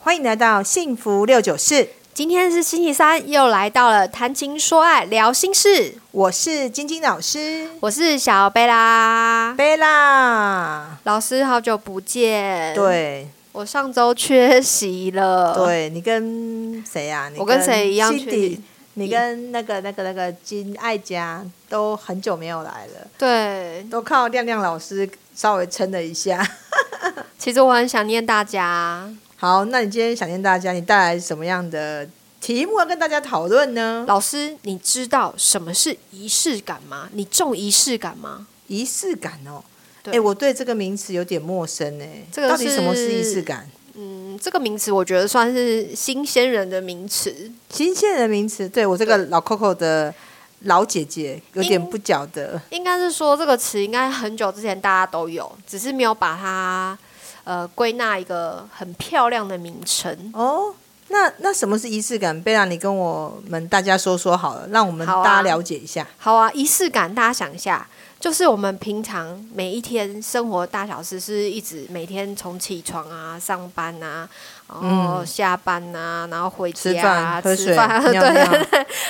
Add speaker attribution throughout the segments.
Speaker 1: 欢迎来到幸福六九四，
Speaker 2: 今天是星期三，又来到了谈情说爱聊心事，
Speaker 1: 我是晶晶老师，
Speaker 2: 我是小贝啦。
Speaker 1: 贝拉。
Speaker 2: 老师，好久不见。，
Speaker 1: 对，
Speaker 2: 我上周缺席了。，
Speaker 1: 对你跟谁呀、啊？你
Speaker 2: 我跟谁一样
Speaker 1: Cindy，
Speaker 2: 去
Speaker 1: 你跟那个那个那个金爱佳都很久没有来了，
Speaker 2: 对，
Speaker 1: 都靠亮亮老师稍微撑了一下。
Speaker 2: 其实我很想念大家。
Speaker 1: 好，那你今天想念大家，你带来什么样的题目要跟大家讨论呢？
Speaker 2: 老师，你知道什么是仪式感吗？你重仪式感吗？
Speaker 1: 仪式感哦，哎、
Speaker 2: 对
Speaker 1: 我对这个名词有点陌生哎、
Speaker 2: 这个
Speaker 1: 到底什么是
Speaker 2: 是
Speaker 1: 仪式感？
Speaker 2: 嗯，这个名词我觉得算是新鲜人的名词。
Speaker 1: 新鲜人的名词，对我这个老 Coco 的老姐姐有点
Speaker 2: 因
Speaker 1: 不晓得。
Speaker 2: 应该是说这个词应该很久之前大家都有，只是没有把它呃归纳一个很漂亮的名称。
Speaker 1: 哦，那那什么是仪式感？贝拉，你跟我们大家说说好了，让我们
Speaker 2: 好啊
Speaker 1: 大家了解一下。
Speaker 2: 好啊，仪式感，大家想一下，就是我们平常每一天生活大小事是一直每天从起床啊、上班啊，然后
Speaker 1: 嗯
Speaker 2: 下班啊，然后回
Speaker 1: 吃
Speaker 2: 家啊、
Speaker 1: 饭、喝
Speaker 2: 吃
Speaker 1: 水、
Speaker 2: 饭 啊，
Speaker 1: 尿
Speaker 2: 对 对
Speaker 1: 尿，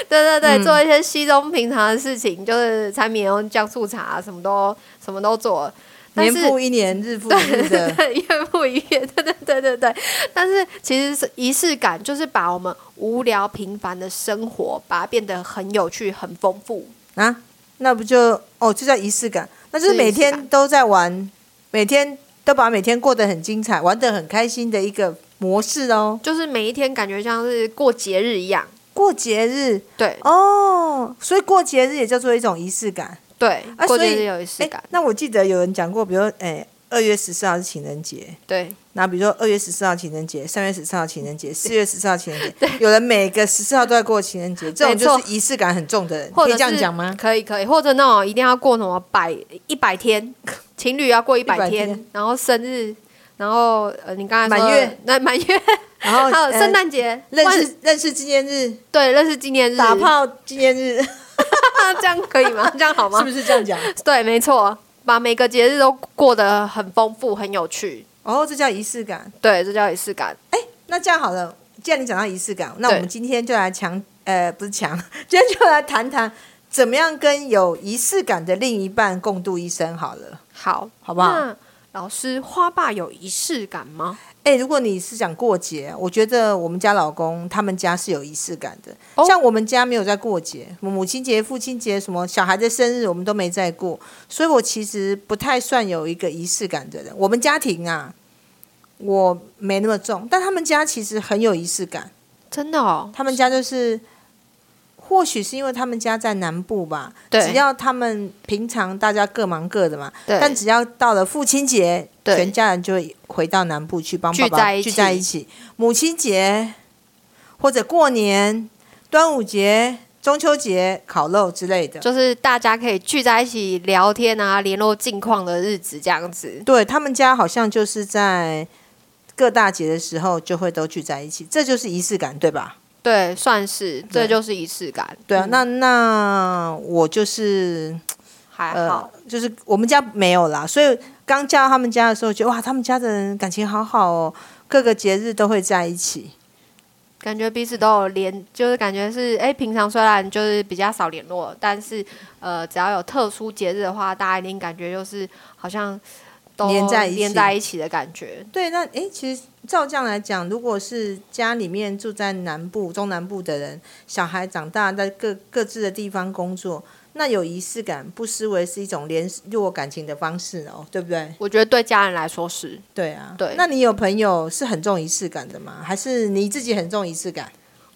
Speaker 2: 对对，
Speaker 1: 嗯
Speaker 2: 做一些稀松平常的事情，就是柴米油盐酱醋茶啊，什么都什么都做。但
Speaker 1: 年
Speaker 2: 是
Speaker 1: 复一年，日复一日的。
Speaker 2: 对，月不一月，对对对对对。但是其实是仪式感，就是把我们无聊平凡的生活，把它变得很有趣、很丰富。
Speaker 1: 啊，那不就哦，就叫仪式感，那就是
Speaker 2: 是
Speaker 1: 每
Speaker 2: 仪式
Speaker 1: 天
Speaker 2: 感
Speaker 1: 都在玩，每天都把每天过得很精彩，玩得很开心的一个模式哦。
Speaker 2: 就是每一天感觉像是过节日一样。
Speaker 1: 过节日
Speaker 2: 对
Speaker 1: 哦，所以过节日也叫做一种仪式感。
Speaker 2: 对，
Speaker 1: 啊
Speaker 2: 过
Speaker 1: 所以
Speaker 2: 节日有仪式
Speaker 1: 哎
Speaker 2: 感。，
Speaker 1: 那我记得有人讲过，比如说，哎，二月十四号是情人节。
Speaker 2: 对
Speaker 1: 那比如说二月十四号情人节，三月十四号情人节，四月十四号情人节，有人每个十四号都在过情人节，这种
Speaker 2: 没错
Speaker 1: 就是仪式感很重的人，
Speaker 2: 或
Speaker 1: 可以
Speaker 2: 者
Speaker 1: 这样
Speaker 2: 是
Speaker 1: 讲吗？
Speaker 2: 可以可以，或者那种一定要过什么百一百天，情侣要过一百
Speaker 1: 100
Speaker 2: 天，
Speaker 1: 天
Speaker 2: 然后生日，然后呃，你刚才
Speaker 1: 满
Speaker 2: 说的
Speaker 1: 月，
Speaker 2: 那满月，
Speaker 1: 然后
Speaker 2: 还有
Speaker 1: 呃
Speaker 2: 圣诞节，
Speaker 1: 认
Speaker 2: 万嗯
Speaker 1: 识认识纪念日，
Speaker 2: 对认识纪念日，
Speaker 1: 打炮纪念日，是
Speaker 2: 这样可以 吗？这样好吗？
Speaker 1: 不是这样 讲？
Speaker 2: 对，没错，把每个节日都过得很丰富、很有趣。
Speaker 1: 哦，这叫仪式感。
Speaker 2: 对，这叫仪式感。
Speaker 1: 哎，那这样好了，既然你讲到仪式感，那我
Speaker 2: 对
Speaker 1: 们今天就来强，呃，不是强， 今天就来谈谈怎么样跟有仪式感的另一半共度一生好了。
Speaker 2: 好，
Speaker 1: 好不好
Speaker 2: 那老师，花爸有仪式感吗？
Speaker 1: 哎，如果你是讲过节，我觉得我们家老公他们家是有仪式感的。
Speaker 2: 哦
Speaker 1: 像我们家没有在过节，母亲节、父亲节，什么小孩的生日，我们都没在过，所以我其实不太算有一个仪式感的人。我们家庭啊，我没那么重，但他们家其实很有仪式感。
Speaker 2: 真的哦，
Speaker 1: 他们家就是，或许是因为他们家在南部吧，
Speaker 2: 对
Speaker 1: 只要他们平常大家各忙各的嘛，
Speaker 2: 对
Speaker 1: 但只要到了父亲节，
Speaker 2: 对
Speaker 1: 全家人就会回到南部去帮爸
Speaker 2: 聚
Speaker 1: 爸
Speaker 2: 在一
Speaker 1: 聚
Speaker 2: 起
Speaker 1: 在一起。母亲节或者过年、端午节、中秋节、烤肉之类的，
Speaker 2: 就是大家可以聚在一起聊天啊，联络近况的日子这样子。
Speaker 1: 对他们家好像就是在各大节的时候就会都聚在一起，这就是仪式感，对吧？
Speaker 2: 对，算是，
Speaker 1: 对
Speaker 2: 这就是仪式感。
Speaker 1: 对啊，
Speaker 2: 嗯
Speaker 1: 那那我就是
Speaker 2: 还
Speaker 1: 呃
Speaker 2: 好。，
Speaker 1: 就是我们家没有啦，所以刚嫁到他们家的时候，觉得哇，他们家的人感情好好哦，各个节日都会在一起。
Speaker 2: 感觉彼此都有联，就是感觉是哎、平常虽然就是比较少联络，但是呃，只要有特殊节日的话，大家一定感觉就是好像都
Speaker 1: 连在一起
Speaker 2: 连在一起的感觉。
Speaker 1: 对，那诶，其实照这样来讲，如果是家里面住在南部、中南部的人，小孩长大在各各自的地方工作，那有仪式感，不失为是一种联络感情的方式哦，对不对？
Speaker 2: 我觉得对家人来说是，
Speaker 1: 对啊，
Speaker 2: 对
Speaker 1: 那你有朋友是很重仪式感的吗？还是你自己很重仪式感？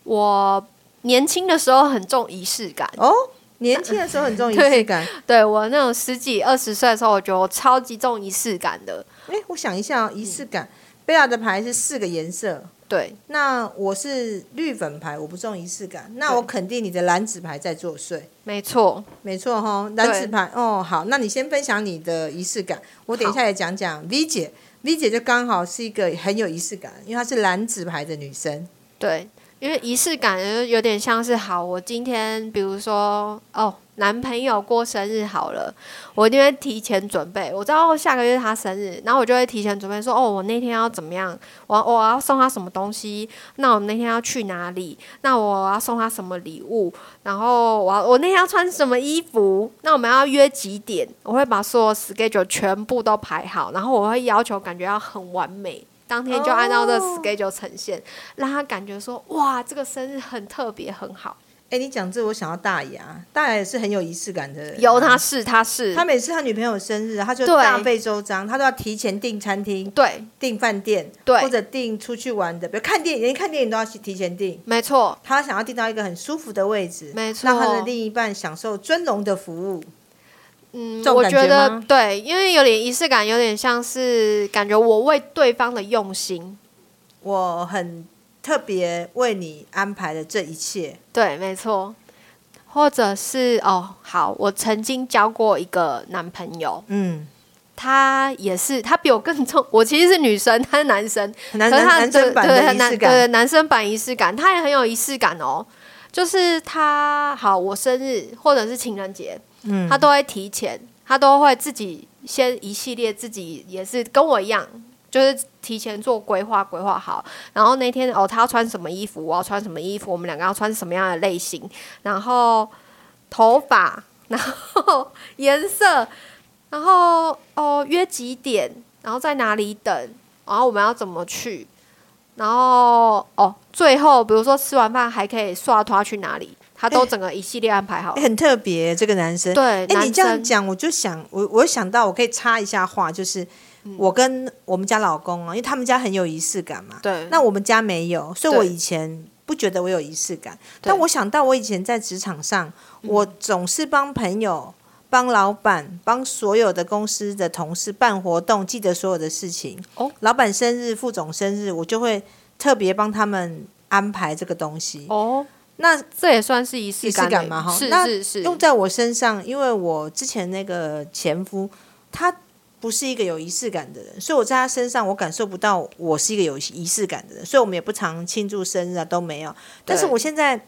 Speaker 2: 我年轻的时候很重仪式感，
Speaker 1: 哦，年轻的时候很重仪式
Speaker 2: 对
Speaker 1: 感，
Speaker 2: 对我那种十几二十岁的时候，我觉得我超级重仪式感的。
Speaker 1: 哎，我想一下、哦，仪式感。贝拉的牌是四个颜色，
Speaker 2: 对，
Speaker 1: 那我是绿粉牌，我不重仪式感。那
Speaker 2: 对
Speaker 1: 我肯定你的蓝紫牌在作祟，
Speaker 2: 没错，
Speaker 1: 没错哈、哦，蓝紫牌哦。好，那你先分享你的仪式感，我等一下也讲讲 V 姐。V 姐就刚好是一个很有仪式感，因为她是蓝紫牌的女生。
Speaker 2: 对，因为仪式感就是有点像是好，我今天比如说哦，男朋友过生日好了，我一定会提前准备。我知道下个月他生日，然后我就会提前准备说，哦，我那天要怎么样，我我要送他什么东西，那我们那天要去哪里，那我要送他什么礼物，然后我要我那天要穿什么衣服，那我们要约几点，我会把所有 schedule 全部都排好，然后我会要求感觉要很完美。当天就按照这个
Speaker 1: 哦
Speaker 2: schedule 呈现让他感觉说哇，这个生日很特别，很好。
Speaker 1: 哎，你讲这我想到大牙，大牙也是很有仪式感的人啊。
Speaker 2: 有他是他是
Speaker 1: 他每次他女朋友生日，他就
Speaker 2: 对
Speaker 1: 大费周章，他都要提前订餐厅、
Speaker 2: 对
Speaker 1: 订饭店，
Speaker 2: 对
Speaker 1: 或者订出去玩的，比如看电影，连看电影都要提前订。
Speaker 2: 没错
Speaker 1: 他想要订到一个很舒服的位置，
Speaker 2: 没错
Speaker 1: 让他的另一半享受尊荣的服务。
Speaker 2: 嗯
Speaker 1: 这，种
Speaker 2: 我
Speaker 1: 感
Speaker 2: 觉
Speaker 1: 觉
Speaker 2: 得
Speaker 1: 吗
Speaker 2: 对，因为有点仪式感，有点像是感觉我为对方的用心。
Speaker 1: 我很特别为你安排了这一切，
Speaker 2: 对，没错。或者是哦，好，我曾经交过一个男朋友，
Speaker 1: 嗯，
Speaker 2: 他也是，他比我更重，我其实是女生，他是男生，
Speaker 1: 很难
Speaker 2: 可是
Speaker 1: 男
Speaker 2: 他
Speaker 1: 男生版
Speaker 2: 对
Speaker 1: 的
Speaker 2: 很
Speaker 1: 仪
Speaker 2: 男
Speaker 1: 式
Speaker 2: 对
Speaker 1: 感，
Speaker 2: 男生版仪式感，他也很有仪式感哦。就是他好，我生日或者是情人节，
Speaker 1: 嗯
Speaker 2: 他都会提前，他都会自己先一系列自己也是跟我一样，就是提前做规划，规划好。然后那天哦，他要穿什么衣服，我要穿什么衣服，我们两个要穿什么样的类型，然后头发，然后颜色，然后哦约几点，然后在哪里等，然后我们要怎么去，然后哦最后比如说吃完饭还可以刷团去哪里，他都整个一系列安排好了。
Speaker 1: 诶很特别这个男生。
Speaker 2: 对，
Speaker 1: 哎、
Speaker 2: 男
Speaker 1: 你这样
Speaker 2: 生
Speaker 1: 讲，我就想，我我想到我可以插一下话，就是
Speaker 2: 嗯
Speaker 1: 我跟我们家老公啊，因为他们家很有仪式感嘛，
Speaker 2: 对，
Speaker 1: 那我们家没有，所以我
Speaker 2: 对
Speaker 1: 以前不觉得我有仪式感。
Speaker 2: 对嗯
Speaker 1: 但我想到我以前在职场上，我总是帮朋友、帮老板、帮所有的公司的同事办活动，记得所有的事情。
Speaker 2: 哦，
Speaker 1: 老板生日、副总生日，我就会特别帮他们安排这个东西。
Speaker 2: 哦，
Speaker 1: 那
Speaker 2: 这也算是仪式
Speaker 1: 仪式
Speaker 2: 感
Speaker 1: 感
Speaker 2: 嘞
Speaker 1: 嘛哈
Speaker 2: 是
Speaker 1: 那
Speaker 2: 是是，
Speaker 1: 用在我身上，因为我之前那个前夫，他不是一个有仪式感的人，所以我在他身上我感受不到我是一个有仪式感的人，所以我们也不常庆祝生日啊，都没有。但是我现在，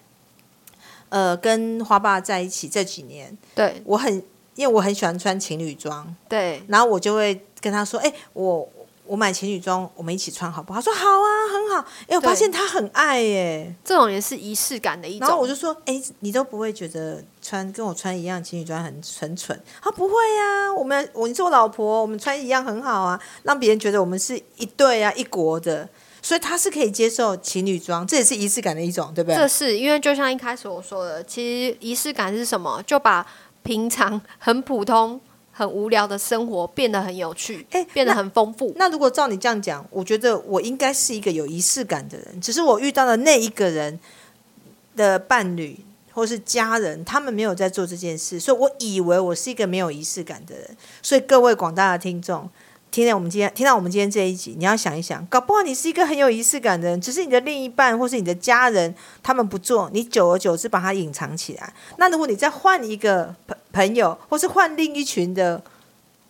Speaker 1: 呃，跟花爸在一起这几年，
Speaker 2: 对
Speaker 1: 我很因为我很喜欢穿情侣装，
Speaker 2: 对
Speaker 1: 然后我就会跟他说：“哎、我我买情侣装，我们一起穿好不好？”他说：“好啊，很好。哎，我发
Speaker 2: 对
Speaker 1: 现他很爱耶。
Speaker 2: 这种也是仪式感的一种。
Speaker 1: 然后我就说：“哎、你都不会觉得穿跟我穿一样情侣装很很蠢？”他不会啊，我们我你是我老婆，我们穿一样很好啊，让别人觉得我们是一对啊，一国的。所以他是可以接受情侣装，这也是仪式感的一种，对不对？
Speaker 2: 这是因为就像一开始我说的，其实仪式感是什么？就把平常很普通、很无聊的生活变得很有趣，
Speaker 1: 哎
Speaker 2: 变得
Speaker 1: 那
Speaker 2: 很丰富。
Speaker 1: 那如果照你这样讲，我觉得我应该是一个有仪式感的人，只是我遇到的那一个人的伴侣或是家人，他们没有在做这件事，所以我以为我是一个没有仪式感的人。所以各位广大的听众，听了我们今天听到我们今天这一集，你要想一想，搞不好你是一个很有仪式感的人，只是你的另一半或是你的家人他们不做，你久而久之把它隐藏起来。那如果你再换一个朋朋友，或是换另一群的。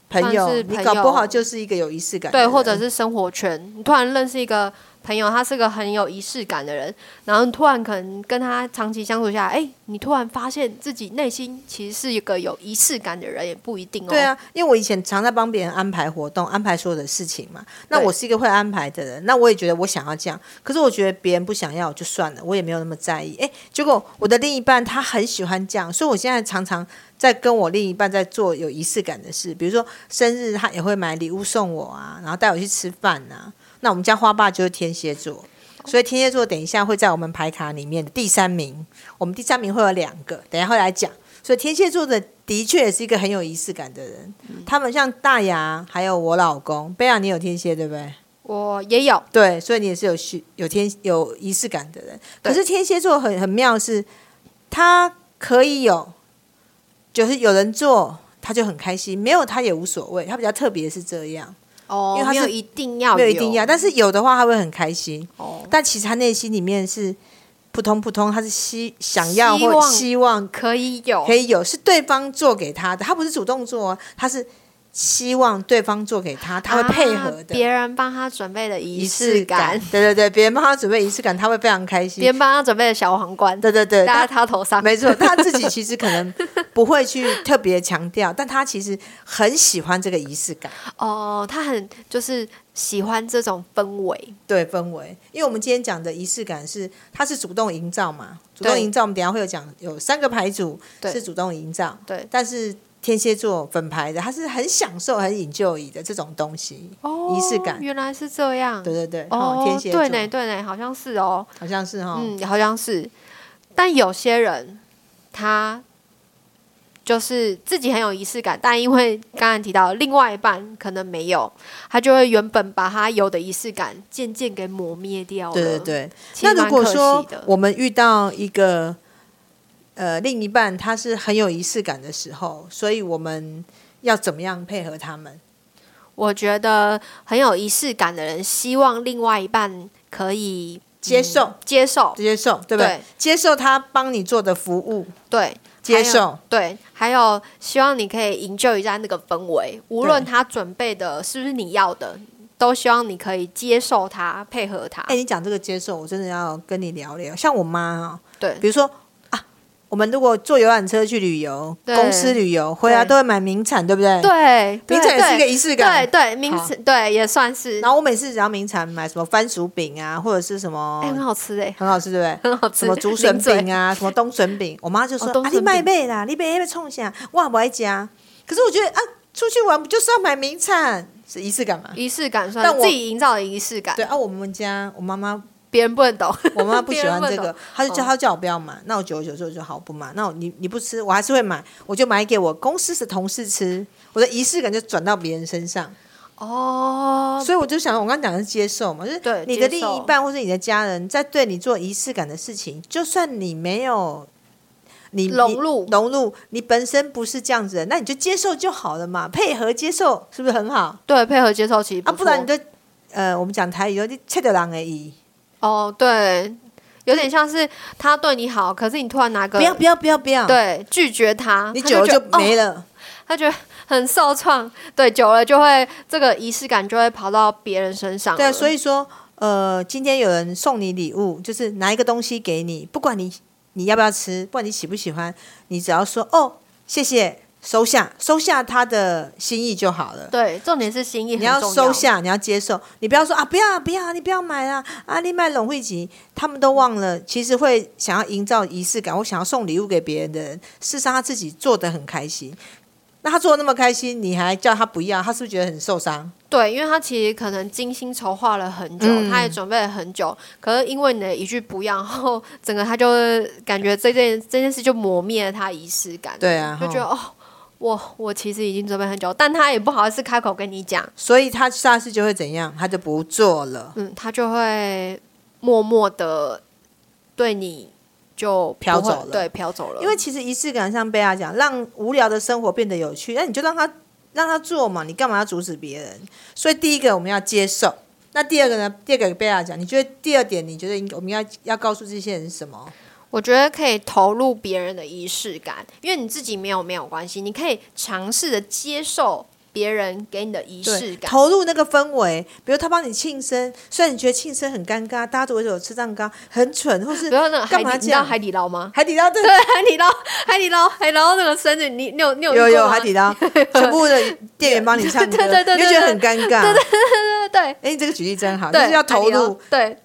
Speaker 1: 朋友
Speaker 2: 算是，
Speaker 1: 你
Speaker 2: 朋
Speaker 1: 搞不
Speaker 2: 友
Speaker 1: 好就是一个有仪式感的
Speaker 2: 对，
Speaker 1: 人，
Speaker 2: 或者是生活圈，你突然认识一个朋友，他是个很有仪式感的人，然后你突然可能跟他长期相处下来，哎，你突然发现自己内心其实是一个有仪式感的人，也不一定哦。
Speaker 1: 对，啊，因为我以前常在帮别人安排活动、安排所有的事情嘛。那
Speaker 2: 对
Speaker 1: 我是一个会安排的人，那我也觉得我想要这样，可是我觉得别人不想要就算了，我也没有那么在意。哎，结果我的另一半他很喜欢这样，所以我现在常常在跟我另一半在做有仪式感的事，比如说生日他也会买礼物送我啊，然后带我去吃饭啊。那我们家花爸就是天蝎座。所以天蝎座等一下会在我们牌卡里面的第三名，我们第三名会有两个，等一下会来讲。所以天蝎座的的确也是一个很有仪式感的人。
Speaker 2: 嗯
Speaker 1: 他们像大牙，还有我老公贝尔，你有天蝎对不对？
Speaker 2: 我也有，
Speaker 1: 对，所以你也是有虚有天有仪式感的人。
Speaker 2: 对
Speaker 1: 可是天蝎座很很妙是，他可以有，就是有人做他就很开心，没有他也无所谓。他比较特别是这样，
Speaker 2: 哦，
Speaker 1: 因为他
Speaker 2: 没有
Speaker 1: 是
Speaker 2: 一定要
Speaker 1: 没有一定要，但是有的话他会很开心。
Speaker 2: 哦，
Speaker 1: 但其实他内心里面是扑通扑通，他是希想要
Speaker 2: 希
Speaker 1: 或
Speaker 2: 望
Speaker 1: 希望
Speaker 2: 可以有
Speaker 1: 可以有，是对方做给他的，他不是主动做、哦，他是希望对方做给他，他会配合
Speaker 2: 啊
Speaker 1: 的。
Speaker 2: 别人帮他准备的仪
Speaker 1: 仪式
Speaker 2: 感，，
Speaker 1: 对对对，别人帮他准备仪式感，他会非常开
Speaker 2: 别
Speaker 1: 心。
Speaker 2: 人帮他准备的小皇冠
Speaker 1: 对对对，
Speaker 2: 戴
Speaker 1: 他
Speaker 2: 在他头上，
Speaker 1: 没错，他自己其实可能不会去特别强调，但他其实很喜欢这个仪式感，
Speaker 2: 哦，他很就是喜欢这种氛围，
Speaker 1: 对氛围。因为我们今天讲的仪式感是，它是主动营造嘛，主动
Speaker 2: 对
Speaker 1: 营造。我们等一下会有讲，有三个牌组
Speaker 2: 对
Speaker 1: 是主动营造，
Speaker 2: 对
Speaker 1: 但是天蝎座粉牌的，他是很享受、很 enjoy 的这种东西。
Speaker 2: 哦，
Speaker 1: 仪式感
Speaker 2: 原来是这样，
Speaker 1: 对对对，哦，
Speaker 2: 哦
Speaker 1: 天，蝎座
Speaker 2: 对呢，对呢，好像是哦，
Speaker 1: 好像是哈、
Speaker 2: 嗯，好像是，但有些人他。就是自己很有仪式感，但因为刚才提到另外一半可能没有，他就会原本把他有的仪式感渐渐给磨灭掉了。
Speaker 1: 对对对。
Speaker 2: 其
Speaker 1: 那
Speaker 2: 实
Speaker 1: 如
Speaker 2: 蛮
Speaker 1: 果
Speaker 2: 可惜的，
Speaker 1: 说我们遇到一个呃另一半，他是很有仪式感的时候，所以我们要怎么样配合他们？
Speaker 2: 我觉得很有仪式感的人，希望另外一半可以
Speaker 1: 接受
Speaker 2: 嗯接受，
Speaker 1: 接受，对不对？
Speaker 2: 对
Speaker 1: 接受他帮你做的服务，
Speaker 2: 对，
Speaker 1: 接
Speaker 2: 还有，
Speaker 1: 受，
Speaker 2: 对，还有希望你可以营救一下那个氛围，无论他准备的是不是你要的，都希望你可以接受他，配合他。
Speaker 1: 哎、你讲这个接受，我真的要跟你聊聊。像我妈啊、
Speaker 2: 对
Speaker 1: 比如说啊，我们如果坐游览车去旅游，
Speaker 2: 对
Speaker 1: 公司旅游回来
Speaker 2: 对
Speaker 1: 都会买名产，对不对？，
Speaker 2: 对，对
Speaker 1: 名产也是一个
Speaker 2: 对
Speaker 1: 仪式感。
Speaker 2: 对对，名
Speaker 1: 好哦
Speaker 2: 词对也算是，
Speaker 1: 然后我每次只要名产买什么番薯饼啊，或者是什么
Speaker 2: 哎，很好吃哎，
Speaker 1: 很好吃，对不对？
Speaker 2: 很好
Speaker 1: 什
Speaker 2: 吃，
Speaker 1: 么竹笋
Speaker 2: 零嘴
Speaker 1: 饼啊，什么冬笋饼，我妈就说：“
Speaker 2: 哦冬
Speaker 1: 啊，
Speaker 2: 笋
Speaker 1: 你
Speaker 2: 饼
Speaker 1: 卖贝啦，你贝要冲下，我也不爱加。”可是我觉得啊，出去玩不就是要买名产，是仪式感嘛？
Speaker 2: 仪式感算
Speaker 1: 但
Speaker 2: 是
Speaker 1: 我
Speaker 2: 自己营造的仪式感
Speaker 1: 对，啊，我们家我妈妈，
Speaker 2: 别人不能懂。
Speaker 1: 我妈妈不喜欢这
Speaker 2: 别人
Speaker 1: 个
Speaker 2: 问，
Speaker 1: 她就叫
Speaker 2: 哦
Speaker 1: 她叫我不要买。那我久而久之我就好不买。那我你你不吃，我还是会买，我就买给我公司的同事吃。我的仪式感就转到别人身上，
Speaker 2: 哦，
Speaker 1: 所以我就想，我刚刚讲的是接受嘛，就是
Speaker 2: 对
Speaker 1: 你的
Speaker 2: 接
Speaker 1: 另
Speaker 2: 受
Speaker 1: 一半或是你的家人在对你做仪式感的事情，就算你没有你你
Speaker 2: 融入
Speaker 1: 融入，你本身不是这样子的，那你就接受就好了嘛，配合接受是不是很好
Speaker 2: 对，配合接受其实
Speaker 1: 啊？
Speaker 2: 错
Speaker 1: 不然你就呃，我们讲台语就你切的狼而已，
Speaker 2: 哦，对，有点像是他对你好，可是你突然拿个
Speaker 1: 不要不要不要不要，，
Speaker 2: 对拒绝他，
Speaker 1: 你
Speaker 2: 他
Speaker 1: 久了
Speaker 2: 觉
Speaker 1: 就
Speaker 2: 得
Speaker 1: 没
Speaker 2: 哦，
Speaker 1: 了，
Speaker 2: 他觉得很受创，对，久了就会这个仪式感就会跑到别人身上了。
Speaker 1: 对啊，所
Speaker 2: 以
Speaker 1: 以说呃，今天有人送你礼物，就是拿一个东西给你，不管你你要不要吃，不管你喜不喜欢，你只要说哦谢谢。收下，收下他的心意就好了。
Speaker 2: 对，重点是心
Speaker 1: 你
Speaker 2: 意很
Speaker 1: 要
Speaker 2: 重
Speaker 1: 收下，你要接受，你不要说啊，不要啊不要啊，你不要买啦，啊，你买龙汇集，他们都忘了，其实会想要营造仪式感，我想要送礼物给别人的人，事实上他自己做的很开心，那他做的那么开心，你还叫他不要，他是不是觉得很受伤？
Speaker 2: 对，因为他其实可能精心筹划了很久，
Speaker 1: 嗯
Speaker 2: 他也准备了很久，可是因为你的一句不要，然后 整个他就会感觉这件这件事就磨灭了他仪式感，
Speaker 1: 对啊
Speaker 2: 就
Speaker 1: 吼
Speaker 2: 觉得哦，我我其实已经准备很久，但他也不好意思开口跟你讲，
Speaker 1: 所以他下次就会怎样，他就不做了，
Speaker 2: 嗯，他就会默默的对你就不
Speaker 1: 飘
Speaker 2: 会
Speaker 1: 走了
Speaker 2: 对，飘走了，
Speaker 1: 因为其实仪式感像贝亚讲，让无聊的生活变得有趣，那你就让他让他做嘛，你干嘛要阻止别人？所以第一个我们要接受。那第二个呢？第二个贝亚讲，你觉得第二点，你觉得应我们要要告诉这些人什么？
Speaker 2: 我觉得可以投入别人的仪式感，因为你自己没有没有关系，你可以尝试着接受别人给你的仪式
Speaker 1: 对，
Speaker 2: 感。
Speaker 1: 投入那个氛围，比如他帮你庆生，虽然你觉得庆生很尴尬，大家都围着我吃蛋糕，很蠢，或是
Speaker 2: 比如说那个
Speaker 1: 干
Speaker 2: 海底，
Speaker 1: 嘛
Speaker 2: 你
Speaker 1: 这
Speaker 2: 知道
Speaker 1: 样？
Speaker 2: 海底捞吗？
Speaker 1: 海底捞对
Speaker 2: 对，海底捞，海底捞，海底捞那个生日，你你有你有
Speaker 1: 有
Speaker 2: 遇过
Speaker 1: 有
Speaker 2: 吗
Speaker 1: 海底捞，全部的店员帮你唱歌，
Speaker 2: 对对对对
Speaker 1: 你就觉得很尴尬。
Speaker 2: 对对
Speaker 1: 哎，你这个举例真好，就
Speaker 2: 对，
Speaker 1: 是要投
Speaker 2: 海底捞
Speaker 1: 入，
Speaker 2: 对。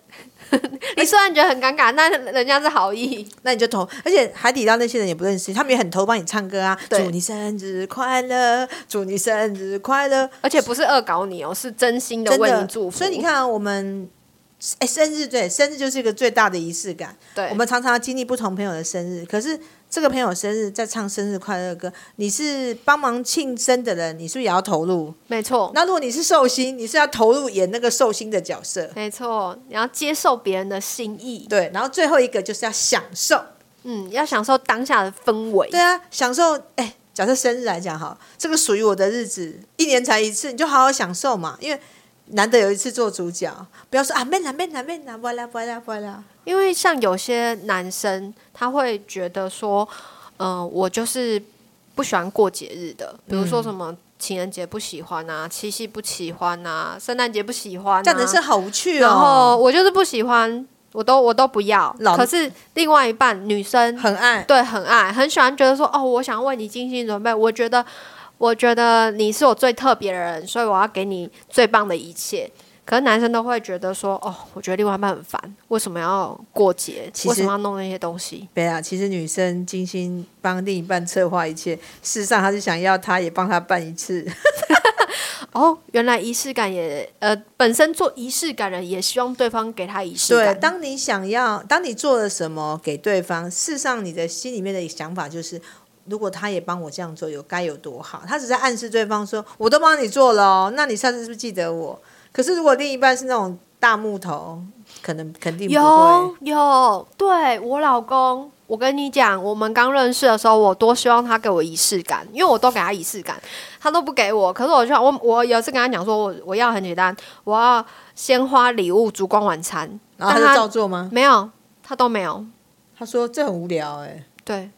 Speaker 2: 你虽然觉得很尴尬，但人家是好意，
Speaker 1: 那你就投，而且海底捞那些人也不认识，他们也很投帮你唱歌啊，
Speaker 2: 对
Speaker 1: 祝你生日快乐，祝你生日快乐，
Speaker 2: 而且不是恶搞你哦，是真心的
Speaker 1: 真
Speaker 2: 为
Speaker 1: 的
Speaker 2: 你祝福。
Speaker 1: 所以你，看啊，我们哎、生日对，生日就是一个最大的仪式感。
Speaker 2: 对，
Speaker 1: 我们常常要经历不同朋友的生日，可是这个朋友生日在唱生日快乐歌，你是帮忙庆生的人，你是不是也要投入？
Speaker 2: 没错，
Speaker 1: 那如果你是寿星，你是要投入演那个寿星的角色。
Speaker 2: 没错，你要接受别人的心意，
Speaker 1: 对，然后最后一个就是要享受。
Speaker 2: 嗯，要享受当下的氛围。
Speaker 1: 对啊，享受。哎、假设生日来讲哈，这个属于我的日子，一年才一次，你就好好享受嘛，因为难得有一次做主角，不要说啊，没啦没啦没啦，不啦不啦不啦。
Speaker 2: 因为像有些男生，他会呃觉得说，嗯、我就是不喜欢过节日的，比如说什么情人节不喜欢啊，七夕不喜欢啊，圣诞节不喜欢、啊，
Speaker 1: 这样人生好无趣
Speaker 2: 然后
Speaker 1: 哦。
Speaker 2: 我就是不喜欢，我都我都不要。
Speaker 1: 老
Speaker 2: 可是另外一半女生
Speaker 1: 很爱，
Speaker 2: 对很爱，很喜欢，觉得说哦，我想为你精心准备，我觉得我觉得你是我最特别的人，所以我要给你最棒的一切。可是男生都会觉得说，哦，我觉得另外一半很烦，为什么要过节？
Speaker 1: 其实
Speaker 2: 为什么要弄那些东西？
Speaker 1: 对啊，其实女生精心帮另一半策划一切，事实上她是想要他也帮她办一次，
Speaker 2: 哦，原来仪式感也，呃，本身做仪式感的人也希望对方给他仪式
Speaker 1: 对，
Speaker 2: 感。
Speaker 1: 当你想要，当你做了什么给对方，事实上你的心里面的想法就是，如果他也帮我这样做，有该有多好。他只是在暗示对方说，我都帮你做了哦，那你下次是不是记得我？可是如果另一半是那种大木头，可能肯定不会。啊
Speaker 2: 有有，对我老公，我跟你讲，我们刚认识的时候，我多希望他给我仪式感，因为我都给他仪式感，他都不给我。可是我就想，我我有一次跟他讲说，我我要很简单，我要鲜花、礼物、烛光晚餐，
Speaker 1: 然后他
Speaker 2: 但
Speaker 1: 就
Speaker 2: 他
Speaker 1: 照做吗？
Speaker 2: 没有，他都没有。
Speaker 1: 他说这很无聊哎、
Speaker 2: 对，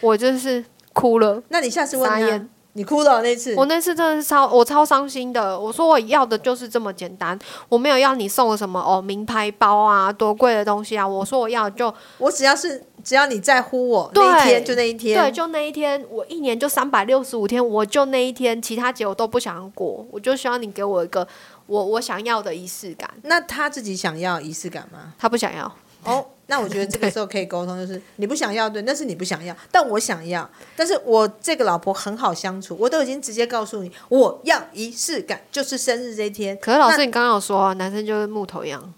Speaker 2: 我就是哭了。
Speaker 1: 那你下次问
Speaker 2: 傻
Speaker 1: 他
Speaker 2: 眼，
Speaker 1: 你哭了哦那次，
Speaker 2: 我那次真的是超，我超伤心的。我说我要的就是这么简单，我没有要你送我什么哦，名牌包啊，多贵的东西啊。我说我要的就
Speaker 1: 我只要是只要你在乎我
Speaker 2: 对
Speaker 1: 那一天就那一天，
Speaker 2: 对，就那一天，我一年就三百六十五天，我就那一天，其他节我都不想过，我就希望你给我一个我我想要的仪式感。
Speaker 1: 那他自己想要仪式感吗？
Speaker 2: 他不想要，
Speaker 1: 哦，那我觉得这个时候可以沟通， 就是你不想要，对，那是你不想要，但我想要，但是我这个老婆很好相处，我都已经直接告诉你，我要仪式感，就是生日这一天。
Speaker 2: 可是老
Speaker 1: 那
Speaker 2: 师你刚刚有说啊，男生就是木头一样，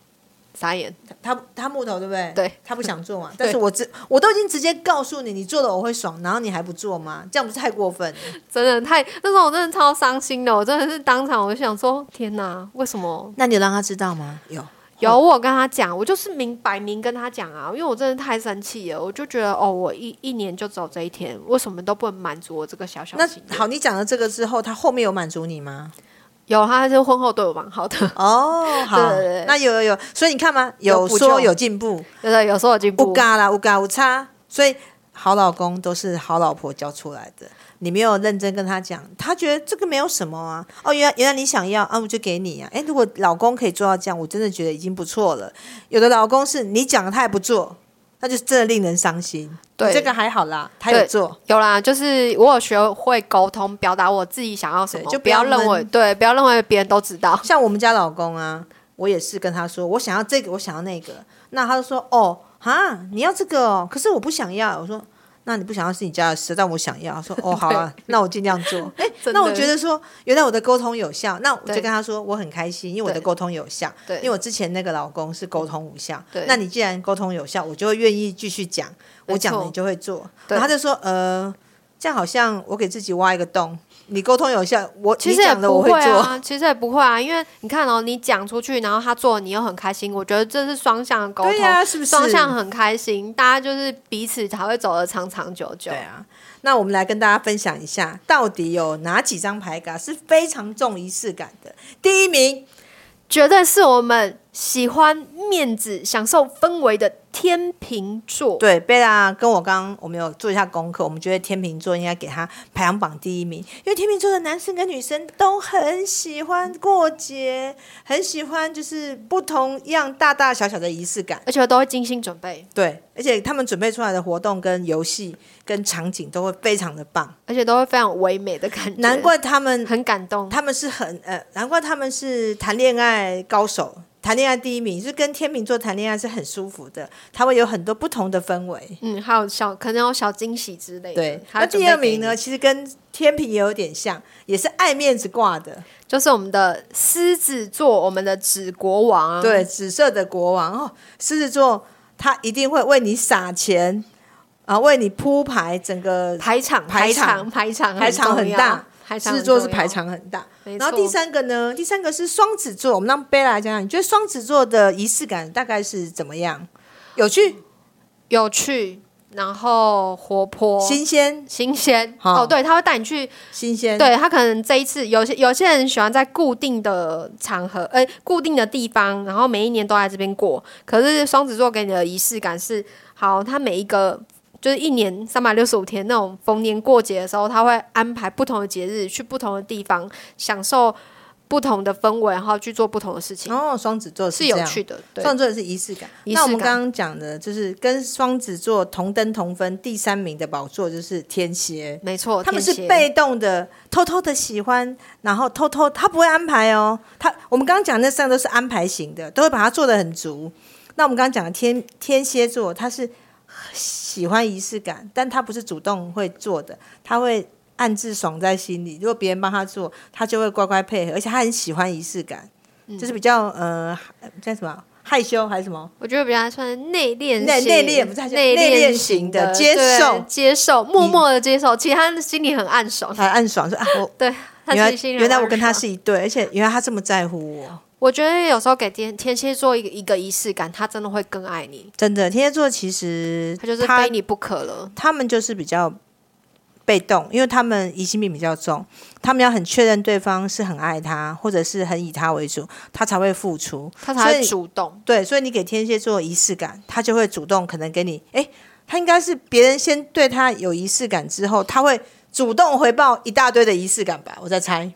Speaker 2: 傻眼。
Speaker 1: 他他木头对不对？
Speaker 2: 对，
Speaker 1: 他不想 做嘛，但是我直我都已经直接告诉你，你做了我会爽，然后你还不做吗？这样不是太过分了？
Speaker 2: 真的太那时候我真的超伤心的，我真的是当场我就想说，天哪，为什么？
Speaker 1: 那你有让他知道吗？有，
Speaker 2: 有我有跟他讲，我就是明摆明跟他讲啊，因为我真的太生气了，我就觉得哦，我一一年就只有这一天，为什么都不能满足我这个小小
Speaker 1: 那
Speaker 2: 心愿？
Speaker 1: 好，你讲了这个之后，他后面有满足你吗？
Speaker 2: 有他还是婚后对我蛮好的，
Speaker 1: 哦，好
Speaker 2: 对对对，
Speaker 1: 那有有有，所以你看嘛，有
Speaker 2: 有补
Speaker 1: 说
Speaker 2: 救
Speaker 1: 有进步，
Speaker 2: 对对，有时候有进
Speaker 1: 乌
Speaker 2: 步。
Speaker 1: 嘎啦，乌嘎乌差，所以好老公都是好老婆教出来的。你没有认真跟他讲，他觉得这个没有什么啊。哦，原来原来你想要啊，我就给你啊。诶，如果老公可以做到这样，我真的觉得已经不错了。有的老公是你讲了他也不做，那就真的令人伤心。
Speaker 2: 对
Speaker 1: 你这个还好啦，他有
Speaker 2: 对
Speaker 1: 做。
Speaker 2: 有啦，就是我有学会沟通，表达我自己想要什么，
Speaker 1: 对就
Speaker 2: 不要
Speaker 1: 不要
Speaker 2: 认为
Speaker 1: 闷
Speaker 2: 对，不要认为别人都知道。
Speaker 1: 像我们家老公啊，我也是跟他说，我想要这个，我想要那个。那他就说，哦，哈，你要这个哦，可是我不想要。我说，那你不想要是你家的事，但我想要。他说，哦，好啊，那我尽量 做。哎，
Speaker 2: 真的
Speaker 1: 那我觉得说，原来我的沟通有效，那我就
Speaker 2: 对
Speaker 1: 跟他说我很开心，因为我的
Speaker 2: 对
Speaker 1: 沟通有效。
Speaker 2: 对嗯
Speaker 1: 因为我之前那个老公是沟通无效。
Speaker 2: 对
Speaker 1: 那你既然沟通有效，我就会愿意继续讲，
Speaker 2: 没
Speaker 1: 我讲了
Speaker 2: 错
Speaker 1: 你就会做。
Speaker 2: 对
Speaker 1: 然后他就说，呃，这样好像我给自己挖一个洞。你沟通有效，我
Speaker 2: 其实
Speaker 1: 你
Speaker 2: 也
Speaker 1: 讲的
Speaker 2: 不
Speaker 1: 我会
Speaker 2: 会
Speaker 1: 做。
Speaker 2: 啊，其实也不会啊，因为你看哦，你讲出去，然后他做，你又很开心，我觉得这是双向的沟通，
Speaker 1: 对呀、是不是？
Speaker 2: 双向很开心，大家就是彼此才会走得长长久久
Speaker 1: 对。啊，那我们来跟大家分享一下，到底有哪几张牌卡是非常重仪式感的？第一名，
Speaker 2: 绝对是我们喜欢面子、享受氛围的天秤座。
Speaker 1: 对贝拉跟我刚我们有做一下功课，我们觉得天秤座应该给他排行榜第一名，因为天秤座的男生跟女生都很喜欢过节，很喜欢就是不同样大大小小的仪式感。
Speaker 2: 而且都会精心准备，
Speaker 1: 对，而且他们准备出来的活动、跟游戏、跟场景都会非常的棒，
Speaker 2: 而且都会非常唯美的感觉，
Speaker 1: 难怪他们
Speaker 2: 很感动。
Speaker 1: 他们是很呃，难怪他们是谈恋爱高手，谈恋爱第一名，是跟天秤座谈恋爱是很舒服的，他会有很多不同的氛围。
Speaker 2: 嗯，还有小可能有小惊喜之类的。
Speaker 1: 对，
Speaker 2: 还
Speaker 1: 那
Speaker 2: 有
Speaker 1: 第
Speaker 2: 准
Speaker 1: 二
Speaker 2: 备给
Speaker 1: 名呢，
Speaker 2: 你？
Speaker 1: 其实跟天平也有点像，也是爱面子挂的，
Speaker 2: 就是我们的狮子座，我们的纸国王、啊。
Speaker 1: 对，紫色的国王哦，狮子座他一定会为你撒钱啊，为你铺排整个
Speaker 2: 排 场，
Speaker 1: 排
Speaker 2: 场，排场，
Speaker 1: 排场很
Speaker 2: 重要
Speaker 1: 大，
Speaker 2: 排
Speaker 1: 狮
Speaker 2: 场
Speaker 1: 子
Speaker 2: 很
Speaker 1: 座是
Speaker 2: 重要
Speaker 1: 排。场很大。
Speaker 2: 没
Speaker 1: 然后第
Speaker 2: 错
Speaker 1: 三个呢，第三个是双子座，我们让贝拉来讲讲，你觉得双子座的仪式感大概是怎么样？有趣、
Speaker 2: 有趣，然后活泼，
Speaker 1: 新鲜、
Speaker 2: 新鲜。
Speaker 1: 好
Speaker 2: 哦，对，他会带你去
Speaker 1: 新鲜，，
Speaker 2: 对他可能这一次有些有些人喜欢在固定的场合，呃，固定的地方，然后每一年都来这边过。可是双子座给你的仪式感是，好，他每一个就是一年三百六十五天那种逢年过节的时候，他会安排不同的节日去不同的地方，享受不同的氛围，然后去做不同的事情，
Speaker 1: 哦，双子座
Speaker 2: 是
Speaker 1: 这
Speaker 2: 有
Speaker 1: 样。
Speaker 2: 趣的。对，
Speaker 1: 双子座也是仪式感。
Speaker 2: 仪式
Speaker 1: 那我们
Speaker 2: 感
Speaker 1: 刚刚讲的就是跟双子座同登同分，第三名的宝座就是天蝎，
Speaker 2: 没错，
Speaker 1: 他们
Speaker 2: 天
Speaker 1: 是
Speaker 2: 蝎
Speaker 1: 被动的，偷偷的喜欢，然后偷偷他不会安排哦。他我们刚刚讲那三个都是安排型的，都会把它做的很足。那我们刚刚讲的天天蝎座，他是喜欢仪式感，但他不是主动会做的，他会暗自爽在心里。如果别人帮他做，他就会乖乖配合，而且他很喜欢仪式感，就是比较呃叫什么害羞还是什 么？
Speaker 2: 我觉得比较算是内敛
Speaker 1: 内
Speaker 2: 型
Speaker 1: 内敛不是还是
Speaker 2: 内
Speaker 1: 内
Speaker 2: 敛
Speaker 1: 敛型的
Speaker 2: 的
Speaker 1: 接
Speaker 2: 对
Speaker 1: 受嗯
Speaker 2: 接受，默默的接受。其实他心里很暗爽，
Speaker 1: 他暗爽说啊，我
Speaker 2: 对
Speaker 1: 原
Speaker 2: 他其
Speaker 1: 来
Speaker 2: 实 心里很
Speaker 1: 原来我跟他
Speaker 2: 暗爽
Speaker 1: 是一对，而且原来他这么在乎我。
Speaker 2: 我觉得有时候给天天蝎座一个一个仪式感，他真的会更爱你，
Speaker 1: 真的，天蝎座其实
Speaker 2: 他就是
Speaker 1: 他
Speaker 2: 非你不可了。
Speaker 1: 他们就是比较被动，因为他们疑心病比较重，他们要很确认对方是很爱他，或者是很以他为主，他才会付出。
Speaker 2: 他才
Speaker 1: 所
Speaker 2: 会
Speaker 1: 以
Speaker 2: 主动，
Speaker 1: 对，所以你给天蝎座仪式感，他就会主动可能给你，诶，他应该是别人先对他有仪式感之后，他会主动回报一大堆的仪式感吧，我在猜。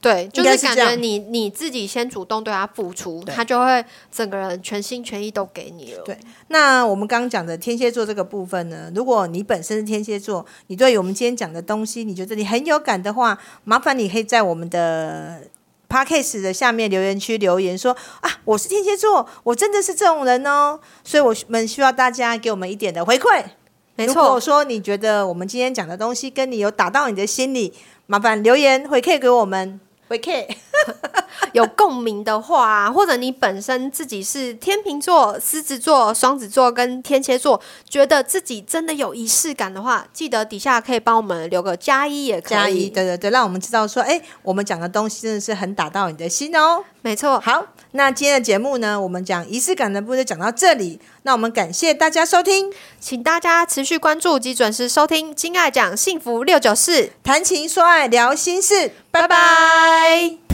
Speaker 2: 对，就
Speaker 1: 应该
Speaker 2: 是
Speaker 1: 是
Speaker 2: 感
Speaker 1: 这
Speaker 2: 觉
Speaker 1: 样
Speaker 2: 你你自己先主动对他付出，
Speaker 1: 对
Speaker 2: 他就会整个人全心全意都给你了。
Speaker 1: 对那我们刚刚讲的天蝎座这个部分呢，如果你本身是天蝎座，你对于我们今天讲的东西，你觉得你很有感的话，麻烦你可以在我们的 podcast 的下面留言区留言说啊，我是天蝎座，我真的是这种人哦，所以我们需要大家给我们一点的回馈。
Speaker 2: 没
Speaker 1: 如果
Speaker 2: 错，
Speaker 1: 说你觉得我们今天讲的东西跟你有打到你的心里，麻烦留言回馈给我们。回馈，
Speaker 2: 有共鸣的话啊、或者你本身自己是天秤座、狮子座、双子座跟天蝎座，觉得自己真的有仪式感的话，记得底下可以帮我们留个加一，也可以。
Speaker 1: 加一，对对对，让我们知道说，哎，我们讲的东西真的是很打到你的心哦。
Speaker 2: 没错，
Speaker 1: 好，那今天的节目呢，我们讲仪式感的部分就讲到这里。那我们感谢大家收听《
Speaker 2: 请大家持续关注及准时收听《金爱讲幸福六九四》，
Speaker 1: 谈情说爱聊心事》，拜
Speaker 2: 拜拜